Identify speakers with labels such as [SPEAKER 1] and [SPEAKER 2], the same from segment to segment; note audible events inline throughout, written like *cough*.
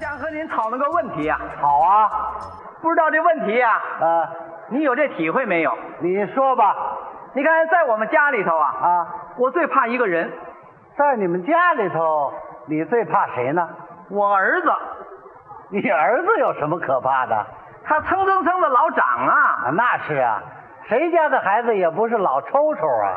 [SPEAKER 1] 想和您讨论个问题呀、
[SPEAKER 2] 好啊，
[SPEAKER 1] 不知道这问题呀、
[SPEAKER 2] 呃，
[SPEAKER 1] 你有这体会没有？
[SPEAKER 2] 你说吧，
[SPEAKER 1] 你看，在我们家里头啊，
[SPEAKER 2] 啊，
[SPEAKER 1] 我最怕一个人，
[SPEAKER 2] 在你们家里头，你最怕谁呢？
[SPEAKER 1] 我儿子，
[SPEAKER 2] 你儿子有什么可怕的？
[SPEAKER 1] 他蹭蹭蹭的老长
[SPEAKER 2] 啊，
[SPEAKER 1] 啊，
[SPEAKER 2] 那是啊，谁家的孩子也不是老抽抽啊，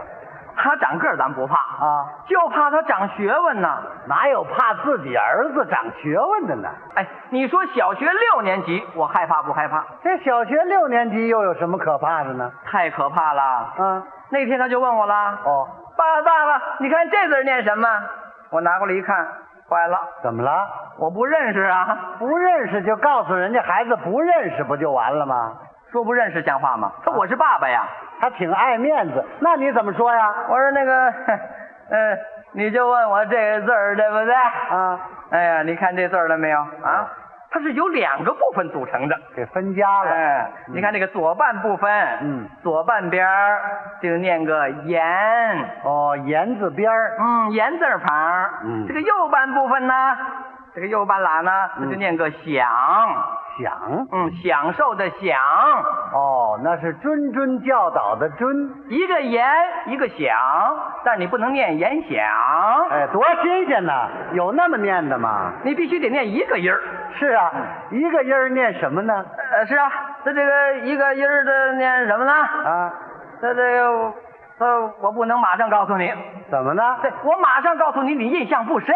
[SPEAKER 1] 他长个儿咱不怕，
[SPEAKER 2] 啊，
[SPEAKER 1] 就怕他长学问呐。
[SPEAKER 2] 哪有怕自己儿子长学问的呢？
[SPEAKER 1] 哎，你说小学六年级，我害怕不害怕？
[SPEAKER 2] 这小学六年级又有什么可怕的呢？
[SPEAKER 1] 太可怕了！
[SPEAKER 2] 啊，
[SPEAKER 1] 那天他就问我了，
[SPEAKER 2] 哦，
[SPEAKER 1] 爸爸爸爸，你看这字儿念什么？我拿过来一看，坏了，
[SPEAKER 2] 怎么了？
[SPEAKER 1] 我不认识啊，
[SPEAKER 2] 不认识就告诉人家孩子不认识不就完了吗？
[SPEAKER 1] 说不认识像话吗？他我是爸爸呀。
[SPEAKER 2] 他挺爱面子，那你怎么说呀？
[SPEAKER 1] 我说那个，呃，你就问我这个字儿对不对？
[SPEAKER 2] 啊，
[SPEAKER 1] 哎呀，你看这字儿了没有啊？它是由两个部分组成的。
[SPEAKER 2] 给分家了。
[SPEAKER 1] 哎，你看这个左半部分，
[SPEAKER 2] 嗯，
[SPEAKER 1] 左半边儿就念个言，
[SPEAKER 2] 哦，言字边儿，
[SPEAKER 1] 嗯，言字旁。
[SPEAKER 2] 嗯
[SPEAKER 1] 这个右半部分呢，这个右半拉呢，它就念个享，
[SPEAKER 2] 享。
[SPEAKER 1] 嗯，享受的享，
[SPEAKER 2] 哦，那是谆谆教导的谆。
[SPEAKER 1] 一个言一个享，但你不能念言享，
[SPEAKER 2] 哎，多新鲜呐！有那么念的吗？
[SPEAKER 1] 你必须得念一个音儿。
[SPEAKER 2] 是啊，一个音儿念什么呢？
[SPEAKER 1] 呃，是啊，他这个一个音儿的念什么呢？
[SPEAKER 2] 啊，
[SPEAKER 1] 他这个，呃，我不能马上告诉你，
[SPEAKER 2] 怎么呢？
[SPEAKER 1] 对我马上告诉你，你印象不 *laughs* 深。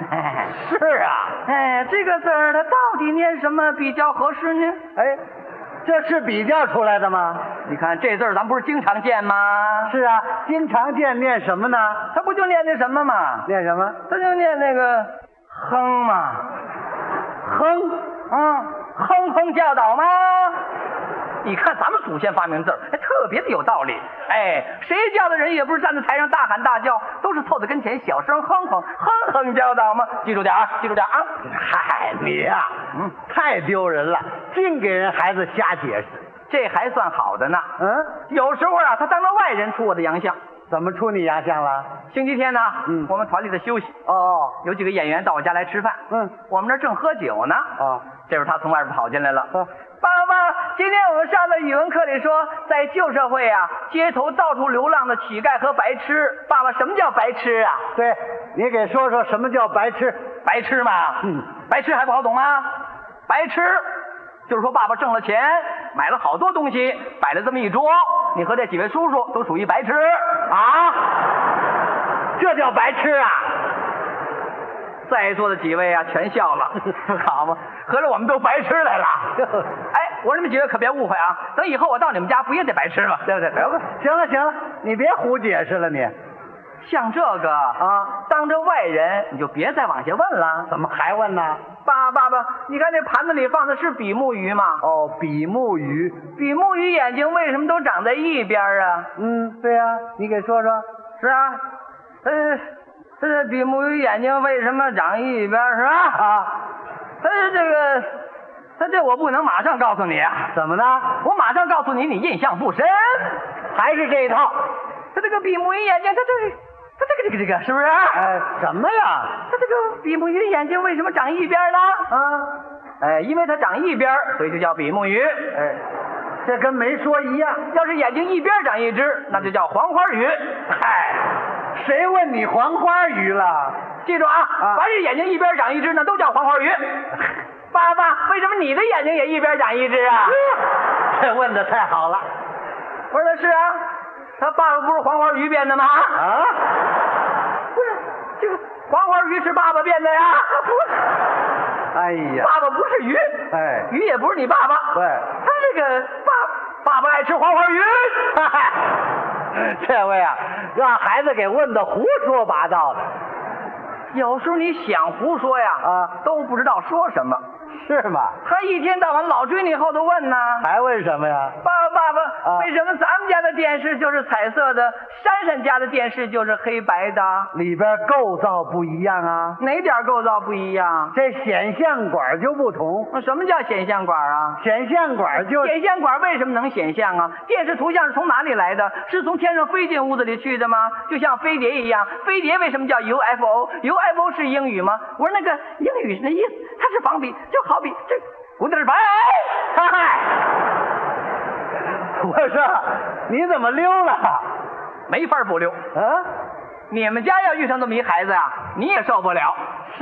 [SPEAKER 2] 是啊，
[SPEAKER 1] 哎，这个字儿它到底念什么比较合适呢？
[SPEAKER 2] 哎，这是比较出来的吗？
[SPEAKER 1] 你看这字儿，咱不是经常见吗？
[SPEAKER 2] 是啊，经常见念什么呢？
[SPEAKER 1] 它不就念那什么嘛？
[SPEAKER 2] 念什么？
[SPEAKER 1] 它就念那个哼嘛，
[SPEAKER 2] 哼，
[SPEAKER 1] 嗯，哼哼教导嘛。你看咱们祖先发明字儿，哎，特别的有道理。哎，谁教的人也不是站在台上大喊大叫，都是凑在跟前小声哼哼哼哼教导嘛。记住点儿啊，记住点儿啊。
[SPEAKER 2] 嗨，你呀、
[SPEAKER 1] 嗯
[SPEAKER 2] 太丢人了，净给人孩子瞎解释。
[SPEAKER 1] 这还算好的呢。
[SPEAKER 2] 嗯，
[SPEAKER 1] 有时候啊，他当着外人出我的洋相。
[SPEAKER 2] 怎么出你牙相了？
[SPEAKER 1] 星期天呢，
[SPEAKER 2] 嗯
[SPEAKER 1] 我们团里的休息，
[SPEAKER 2] 哦哦，
[SPEAKER 1] 有几个演员到我家来吃饭，
[SPEAKER 2] 嗯，
[SPEAKER 1] 我们这儿正喝酒呢。
[SPEAKER 2] 哦，
[SPEAKER 1] 这时候他从外边跑进来了，
[SPEAKER 2] 啊
[SPEAKER 1] 爸爸，今天我们上的语文课里说，在旧社会啊，街头到处流浪的乞丐和白痴。爸爸，什么叫白痴啊？
[SPEAKER 2] 对，你给说说什么叫白痴？
[SPEAKER 1] 白痴嘛，
[SPEAKER 2] 嗯
[SPEAKER 1] 白痴还不好懂吗？白痴就是说爸爸挣了钱，买了好多东西，摆了这么一桌，你和这几位叔叔都属于白痴啊，这叫白痴啊！在座的几位啊，全笑 *laughs* 了，好嘛，合着我们都白痴 *laughs* 来了。哎，我说你们几位可别误会啊，等以后我到你们家不也得白痴吗？对不对？
[SPEAKER 2] 行了行了，你别胡解释了你，
[SPEAKER 1] 像这个啊，当着外人你就别再往下问了。
[SPEAKER 2] 怎么还问呢？
[SPEAKER 1] 爸爸爸，你看这盘子里放的是比目鱼吗？
[SPEAKER 2] 哦，比目鱼。
[SPEAKER 1] 比目鱼眼睛为什么都长在一边儿啊？
[SPEAKER 2] 嗯，对呀、你给说说。
[SPEAKER 1] 是啊，呃，这比目鱼眼睛为什么长一边儿是吧？
[SPEAKER 2] 啊，
[SPEAKER 1] 但是这个，他这我不能马上告诉你啊，
[SPEAKER 2] 怎么呢？
[SPEAKER 1] 我马上告诉你，你印象不深。
[SPEAKER 2] 还是这一套。
[SPEAKER 1] 他这个比目鱼眼睛，他这个，他这个这个这个是不是？啊
[SPEAKER 2] 哎，什么呀？
[SPEAKER 1] 他这个比目鱼眼睛为什么长一边儿呢？
[SPEAKER 2] 啊，
[SPEAKER 1] 哎，因为它长一边儿，所以就叫比目鱼。
[SPEAKER 2] 哎，这跟没说一样。
[SPEAKER 1] 要是眼睛一边儿长一只，那就叫黄花鱼。嗨，
[SPEAKER 2] 谁问你黄花鱼了？
[SPEAKER 1] 记住啊，
[SPEAKER 2] 啊
[SPEAKER 1] 凡是眼睛一边长一只，那都叫黄 *laughs* 花鱼。爸爸，为什么你的眼睛也一边长一只啊？ *laughs*
[SPEAKER 2] 这问的太好了
[SPEAKER 1] 我说是啊，他爸爸不是黄花鱼变的吗？
[SPEAKER 2] 啊！
[SPEAKER 1] 不是，这个黄花鱼是爸爸变的呀，不是，
[SPEAKER 2] 哎呀，
[SPEAKER 1] 爸爸不是鱼，
[SPEAKER 2] 哎
[SPEAKER 1] 鱼也不是你爸爸，
[SPEAKER 2] 对，
[SPEAKER 1] 他这个爸爸爸爱吃黄花鱼。
[SPEAKER 2] *laughs* 这位啊，让孩子给问的胡说八道的。
[SPEAKER 1] 有时候你想胡说呀，
[SPEAKER 2] 啊
[SPEAKER 1] 都不知道说什么。
[SPEAKER 2] 是吗？
[SPEAKER 1] 他一天到晚老追你后头问呢。
[SPEAKER 2] 还问什么呀？
[SPEAKER 1] 爸爸，爸爸，
[SPEAKER 2] 哎啊
[SPEAKER 1] 为什么咱们家的电视就是彩色的，珊珊家的电视就是黑白的？
[SPEAKER 2] 里边构造不一样啊，
[SPEAKER 1] 哪点构造不一样？
[SPEAKER 2] 这显像管就不同，
[SPEAKER 1] 那什么叫显像管啊？
[SPEAKER 2] 显像管
[SPEAKER 1] *laughs*
[SPEAKER 2] 就
[SPEAKER 1] 显像管为什么能显像啊？电视图像是从哪里来的？是从天上飞进屋子里去的吗？就像飞碟一样，飞碟为什么叫 UFO？UFO 是英语吗？我说那个英语是那意思，它是仿比，就好比这古典儿白。哎
[SPEAKER 2] 嗨、我说你怎么溜了？
[SPEAKER 1] 没法不溜。
[SPEAKER 2] 啊，
[SPEAKER 1] 你们家要遇上这么一孩子呀、你也受不了。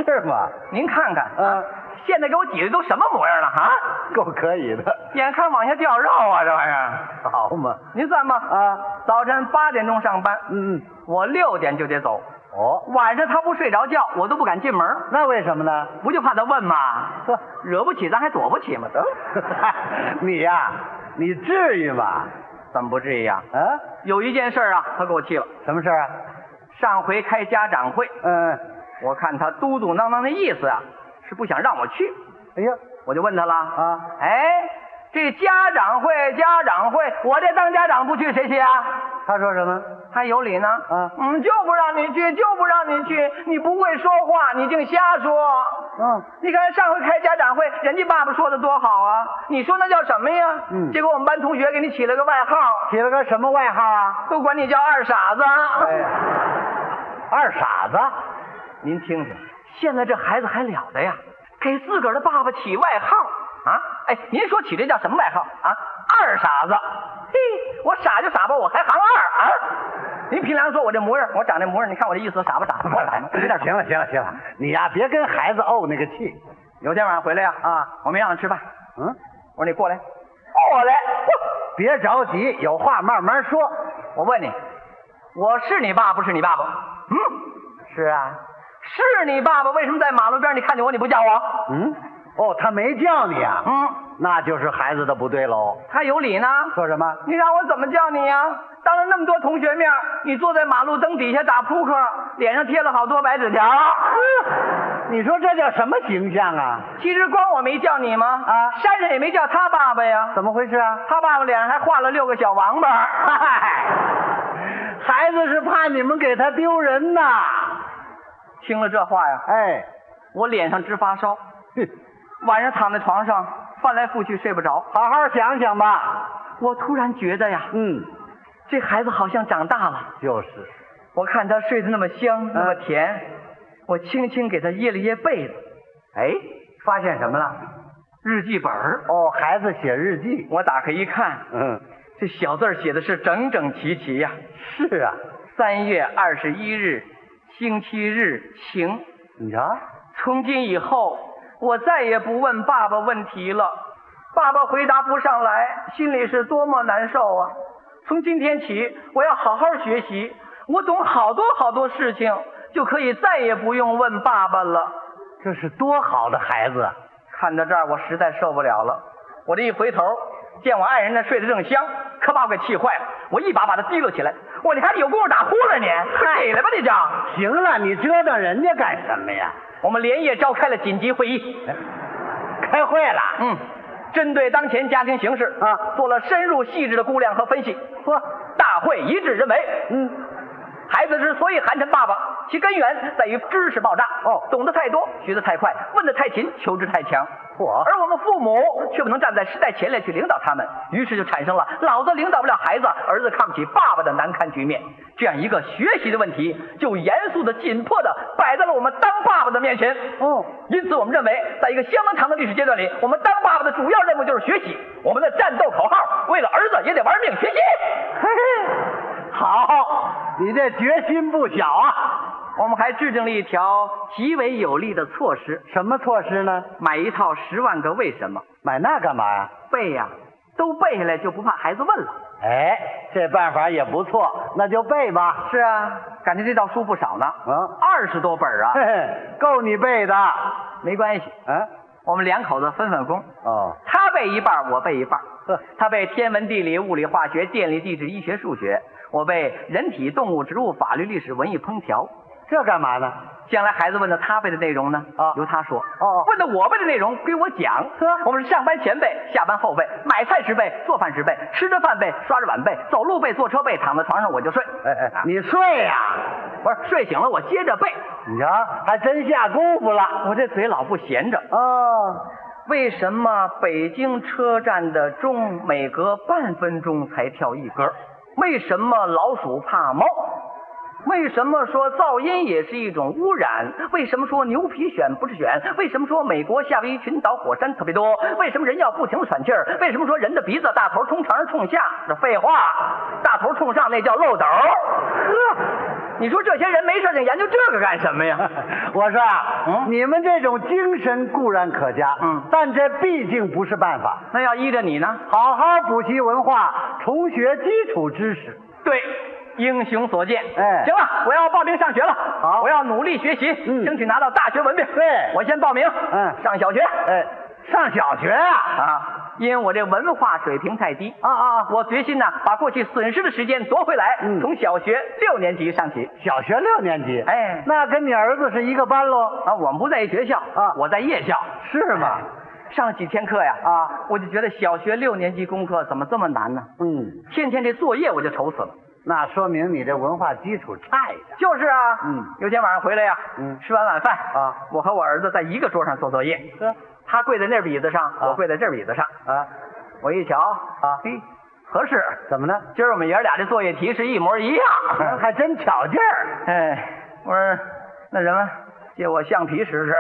[SPEAKER 2] 是吗？
[SPEAKER 1] 您看看，
[SPEAKER 2] 啊，
[SPEAKER 1] 现在给我挤的都什么模样了啊？
[SPEAKER 2] 够可以的，
[SPEAKER 1] 眼看往下掉肉啊，这玩意儿。
[SPEAKER 2] 好嘛，
[SPEAKER 1] 您算吧，
[SPEAKER 2] 啊，
[SPEAKER 1] 早晨八点钟上班，
[SPEAKER 2] 嗯，
[SPEAKER 1] 我六点就得走。
[SPEAKER 2] 哦，
[SPEAKER 1] 晚上他不睡着觉，我都不敢进门，
[SPEAKER 2] 那为什么呢？ *laughs*
[SPEAKER 1] 不就怕他问吗？
[SPEAKER 2] 呵，
[SPEAKER 1] 惹不起咱还躲不起吗？得， *laughs*
[SPEAKER 2] 你呀、你至于吗？
[SPEAKER 1] 怎么不至于呀、
[SPEAKER 2] 啊，
[SPEAKER 1] 有一件事儿啊，他给我气了。
[SPEAKER 2] 什么事儿啊？
[SPEAKER 1] 上回开家长会，
[SPEAKER 2] 嗯，
[SPEAKER 1] 我看他嘟嘟囔囔的意思啊，是不想让我去。
[SPEAKER 2] 哎呀，
[SPEAKER 1] 我就问他了
[SPEAKER 2] 啊，
[SPEAKER 1] 哎，这家长会家长会，我这当家长不去谁去啊？
[SPEAKER 2] 他说什么？
[SPEAKER 1] 还有理呢？
[SPEAKER 2] 啊
[SPEAKER 1] 嗯，就不让你去，就不让你去，你不会说话，你净瞎说。
[SPEAKER 2] 嗯，
[SPEAKER 1] 你看上回开家长会，人家爸爸说的多好啊，你说那叫什么呀？
[SPEAKER 2] 嗯
[SPEAKER 1] 结果我们班同学给你起了个外号，
[SPEAKER 2] 起了个什么外号啊？
[SPEAKER 1] 都管你叫二傻子。啊
[SPEAKER 2] 哎，二傻子。
[SPEAKER 1] 您听
[SPEAKER 2] *laughs*
[SPEAKER 1] 听，现在这孩子还了得呀，给自个儿的爸爸起外号啊！哎，您说起这叫什么外号啊？二傻子。嘿，我傻就傻吧，我还行二啊！您凭良心说，我这模样，我长这模样，你看我这意思傻不傻？有点
[SPEAKER 2] 行了行了行了，你呀、别跟孩子怄那个气。
[SPEAKER 1] 有天晚上回来呀、啊，我没让他吃饭，
[SPEAKER 2] 嗯，
[SPEAKER 1] 我说你过来，过来。
[SPEAKER 2] 别着急，有话慢慢说。
[SPEAKER 1] 我问你，我是你爸不是你爸爸？嗯，是啊，是你爸爸。为什么在马路边你看见我你不叫我？
[SPEAKER 2] 嗯，哦，他没叫你啊，
[SPEAKER 1] 嗯，
[SPEAKER 2] 那就是孩子的不对喽。
[SPEAKER 1] 他有理呢。
[SPEAKER 2] 说什么？
[SPEAKER 1] 你让我怎么叫你呀、当着那么多同学面，你坐在马路灯底下打扑克，脸上贴了好多白纸条。嗯
[SPEAKER 2] 你说这叫什么形象啊？
[SPEAKER 1] 其实光我没叫你吗？
[SPEAKER 2] 啊
[SPEAKER 1] 珊珊也没叫他爸爸呀，
[SPEAKER 2] 怎么回事啊？
[SPEAKER 1] 他爸爸脸上还画了六个小王八。
[SPEAKER 2] 嗨，孩子是怕你们给他丢人呐。
[SPEAKER 1] 听了这话呀，
[SPEAKER 2] 哎，
[SPEAKER 1] 我脸上直发烧，
[SPEAKER 2] 哼
[SPEAKER 1] 晚上躺在床上翻来覆去睡不着。
[SPEAKER 2] 好好想想吧。
[SPEAKER 1] 我突然觉得呀，
[SPEAKER 2] *laughs* 嗯，
[SPEAKER 1] 这孩子好像长大了。
[SPEAKER 2] 就是。
[SPEAKER 1] 我看他睡得那么香，那么甜，我轻轻给他掖了掖被子，
[SPEAKER 2] 哎，发现什么了？
[SPEAKER 1] 日记本儿。
[SPEAKER 2] 哦，孩子写日记。
[SPEAKER 1] 我打开一看，
[SPEAKER 2] 嗯，
[SPEAKER 1] 这小字儿写的是整整齐齐呀、
[SPEAKER 2] 是啊。
[SPEAKER 1] 三月二十一日，星期日晴。
[SPEAKER 2] 你瞧，
[SPEAKER 1] 从今以后，我再也不问爸爸问题了。爸爸回答不上来，心里是多么难受啊！从今天起，我要好好学习，我懂好多好多事情，就可以再也不用问爸爸了。
[SPEAKER 2] 这是多好的孩子啊！
[SPEAKER 1] 看到这儿，我实在受不了了。我这一回头，见我爱人那睡得正香，可把我给气坏了。我一把把他提溜起来，我你还有功夫打呼噜你？嗨了吧你这！
[SPEAKER 2] 行了，你折腾人家干什么呀？
[SPEAKER 1] 我们连夜召开了紧急会议，
[SPEAKER 2] 开会了，
[SPEAKER 1] 嗯，针对当前家庭形势
[SPEAKER 2] 啊
[SPEAKER 1] 做了深入细致的估量和分析。
[SPEAKER 2] 嚯，
[SPEAKER 1] 大会一致认为，
[SPEAKER 2] 嗯，
[SPEAKER 1] 孩子之所以寒碜爸爸，其根源在于知识爆炸。
[SPEAKER 2] 哦
[SPEAKER 1] 懂得太多，学得太快，问得太勤，求知太强。
[SPEAKER 2] 嚯
[SPEAKER 1] 而我们父母却不能站在时代前列去领导他们，于是就产生了老子领导不了孩子，儿子看不起爸爸的难堪局面。这样一个学习的问题，就严肃的、紧迫的摆在了我们当爸爸的面前。
[SPEAKER 2] 哦，
[SPEAKER 1] 因此，我们认为，在一个相当长的历史阶段里，我们当爸爸的主要任务就是学习。我们的战斗口号：为了儿子也得玩命学习。
[SPEAKER 2] 嘿嘿，好，你这决心不小啊！
[SPEAKER 1] 我们还制定了一条极为有力的措施，
[SPEAKER 2] 什么措施呢？
[SPEAKER 1] 买一套《十万个为什么
[SPEAKER 2] 买那干嘛呀？》，
[SPEAKER 1] 背呀、都背下来就不怕孩子问了。
[SPEAKER 2] 哎，这办法也不错，那就背吧。 *laughs*
[SPEAKER 1] 是啊，感觉这套书不少呢，
[SPEAKER 2] 嗯，
[SPEAKER 1] 二十多本儿啊
[SPEAKER 2] 嘿。嘿，够你背的。啊，
[SPEAKER 1] 没关系，我们两口子分分工，
[SPEAKER 2] 嗯哦，
[SPEAKER 1] 他背一半儿，我背一半儿。
[SPEAKER 2] 呵，
[SPEAKER 1] 他背天文、地理、物理、化学、电力、地质、医学、数学，我背人体、动物、植物、法律、历史、文艺、烹调。
[SPEAKER 2] 这干嘛呢？
[SPEAKER 1] 将来孩子问到他辈的内容呢，
[SPEAKER 2] 啊
[SPEAKER 1] 由他说；
[SPEAKER 2] 哦哦
[SPEAKER 1] 问到我辈的内容归我讲。
[SPEAKER 2] 呵
[SPEAKER 1] 我们是上班前辈，下班后辈，买菜时辈，做饭时辈，吃着饭辈，刷着碗辈，走路辈，坐车辈，躺在床上我就睡。啊
[SPEAKER 2] 哎哎，你睡呀、
[SPEAKER 1] 不是睡醒了我接着背，
[SPEAKER 2] 你瞧，还真下功夫了。
[SPEAKER 1] 我这嘴老不闲着。
[SPEAKER 2] 哦，
[SPEAKER 1] 为什么北京车站的钟每隔半分钟才跳一根儿？为什么老鼠怕猫？为什么说噪音也是一种污染？为什么说牛皮癣不是癣？为什么说美国夏威夷群岛火山特别多？为什么人要不停的喘气儿？为什么说人的鼻子大头冲长是冲下？这废话，大头冲上那叫漏斗。呵，你说这些人没事就研究这个干什么呀？
[SPEAKER 2] *laughs* 我说啊，
[SPEAKER 1] 嗯
[SPEAKER 2] 你们这种精神固然可嘉，
[SPEAKER 1] 嗯
[SPEAKER 2] 但这毕竟不是办法。
[SPEAKER 1] 那要依着你呢？
[SPEAKER 2] 好好补习文化，重学基础知识。
[SPEAKER 1] 对，英雄所见。
[SPEAKER 2] 哎
[SPEAKER 1] 行了，我要报名上学了。
[SPEAKER 2] 好
[SPEAKER 1] 我要努力学习，
[SPEAKER 2] 嗯
[SPEAKER 1] 争取拿到大学文凭。
[SPEAKER 2] 对
[SPEAKER 1] 我先报名。
[SPEAKER 2] 嗯
[SPEAKER 1] 上小学。
[SPEAKER 2] 哎，上小学啊？
[SPEAKER 1] 啊，因为我这文化水平太低，
[SPEAKER 2] 啊啊啊！
[SPEAKER 1] 我决心呢，把过去损失的时间夺回来，
[SPEAKER 2] 嗯
[SPEAKER 1] 从小学六年级上起。
[SPEAKER 2] 小学六年级。
[SPEAKER 1] 哎
[SPEAKER 2] 那跟你儿子是一个班喽？
[SPEAKER 1] 啊，我们不在一学校
[SPEAKER 2] 啊
[SPEAKER 1] 我在夜校。
[SPEAKER 2] 是吗？
[SPEAKER 1] 上了几天课呀，
[SPEAKER 2] 啊，
[SPEAKER 1] 我就觉得小学六年级功课怎么这么难呢？
[SPEAKER 2] 嗯，
[SPEAKER 1] 天天这作业我就愁死了。
[SPEAKER 2] 那说明你这文化基础差一点。
[SPEAKER 1] 就是啊，
[SPEAKER 2] 嗯
[SPEAKER 1] 有天晚上回来呀，
[SPEAKER 2] 嗯
[SPEAKER 1] 吃完晚饭
[SPEAKER 2] 啊，
[SPEAKER 1] 我和我儿子在一个桌上做作业，
[SPEAKER 2] 呵
[SPEAKER 1] 他跪在那儿椅子上，
[SPEAKER 2] 啊
[SPEAKER 1] 我跪在这儿椅子上。
[SPEAKER 2] 啊，
[SPEAKER 1] 我一瞧，啊，嘿，合适。
[SPEAKER 2] 怎么呢？
[SPEAKER 1] 今儿我们爷儿俩这作业题是一模一样。
[SPEAKER 2] 嗯还真巧劲儿。
[SPEAKER 1] 哎，我说那什么，借我橡皮试试。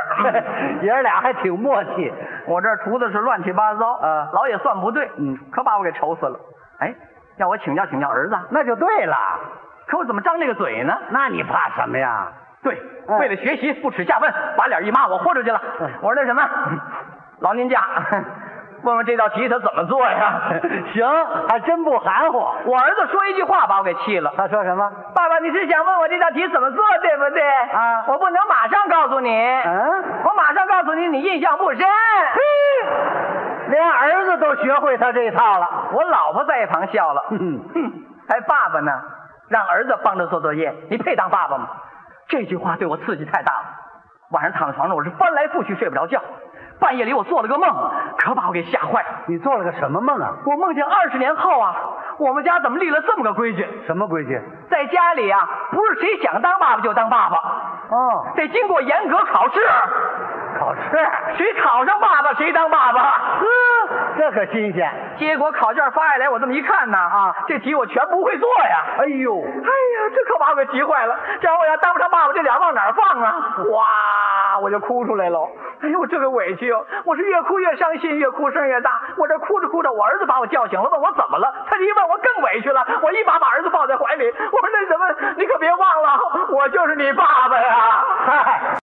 [SPEAKER 2] *laughs* 爷儿俩还挺默契。
[SPEAKER 1] 我这涂的是乱七八糟，
[SPEAKER 2] 啊
[SPEAKER 1] 老也算不对，
[SPEAKER 2] 嗯，
[SPEAKER 1] 可把我给愁死了。哎，要我请教请教儿子，
[SPEAKER 2] 那就对了。
[SPEAKER 1] 可我怎么张这个嘴呢？
[SPEAKER 2] 那你怕什
[SPEAKER 1] *laughs*
[SPEAKER 2] 么呀？
[SPEAKER 1] 对，
[SPEAKER 2] 嗯
[SPEAKER 1] 为了学习不耻下问，把脸一抹，我豁出去了。
[SPEAKER 2] 嗯
[SPEAKER 1] 我说那什么，劳您
[SPEAKER 2] *laughs*
[SPEAKER 1] 驾，问问这道题他怎么做呀？
[SPEAKER 2] 行，还真不含糊。
[SPEAKER 1] 我儿子说一句话把我给气了。
[SPEAKER 2] 他说什么？
[SPEAKER 1] 爸爸，你是想问我这道题怎么做，对不对？
[SPEAKER 2] 啊
[SPEAKER 1] 我不能马上告诉你，
[SPEAKER 2] 嗯，
[SPEAKER 1] 我马上告诉你，你印象不深。
[SPEAKER 2] 连儿子都学会他这一套了。
[SPEAKER 1] 我老婆在一旁笑了，
[SPEAKER 2] 嗯，
[SPEAKER 1] 哼，还爸爸呢，让儿子帮着做作业，你配当爸爸吗？这句话对我刺激太大了。晚上躺在床上，我是翻来覆去睡不着觉。半夜里我做了个梦，可把我给吓坏了。
[SPEAKER 2] 你做了个什么梦啊？
[SPEAKER 1] 我梦见二十年后啊，我们家怎么立了这么个规矩，
[SPEAKER 2] 什么规矩？
[SPEAKER 1] 在家里啊，不是谁想当爸爸就当爸爸，
[SPEAKER 2] 哦，
[SPEAKER 1] 得经过严格考试，
[SPEAKER 2] 考试。
[SPEAKER 1] 谁考上爸爸谁当爸爸。
[SPEAKER 2] 呵，这可新鲜。
[SPEAKER 1] 结果考卷发下来，我这么一看呢，啊，这题我全不会做呀。
[SPEAKER 2] 哎呦，
[SPEAKER 1] 哎呀，这可把我给急坏了！这样我要当不上爸爸，这脸往哪儿放啊？哇，我就哭出来了。哎呦，我这个委屈哦！我是越哭越伤心，越哭声越大。我这哭着哭着，我儿子把我叫醒了，问我怎么了。他这一问我更委屈了，我一把把儿子抱在怀里，我说那什么，你可别忘了，我就是你爸爸呀！
[SPEAKER 2] 嗨。 *laughs*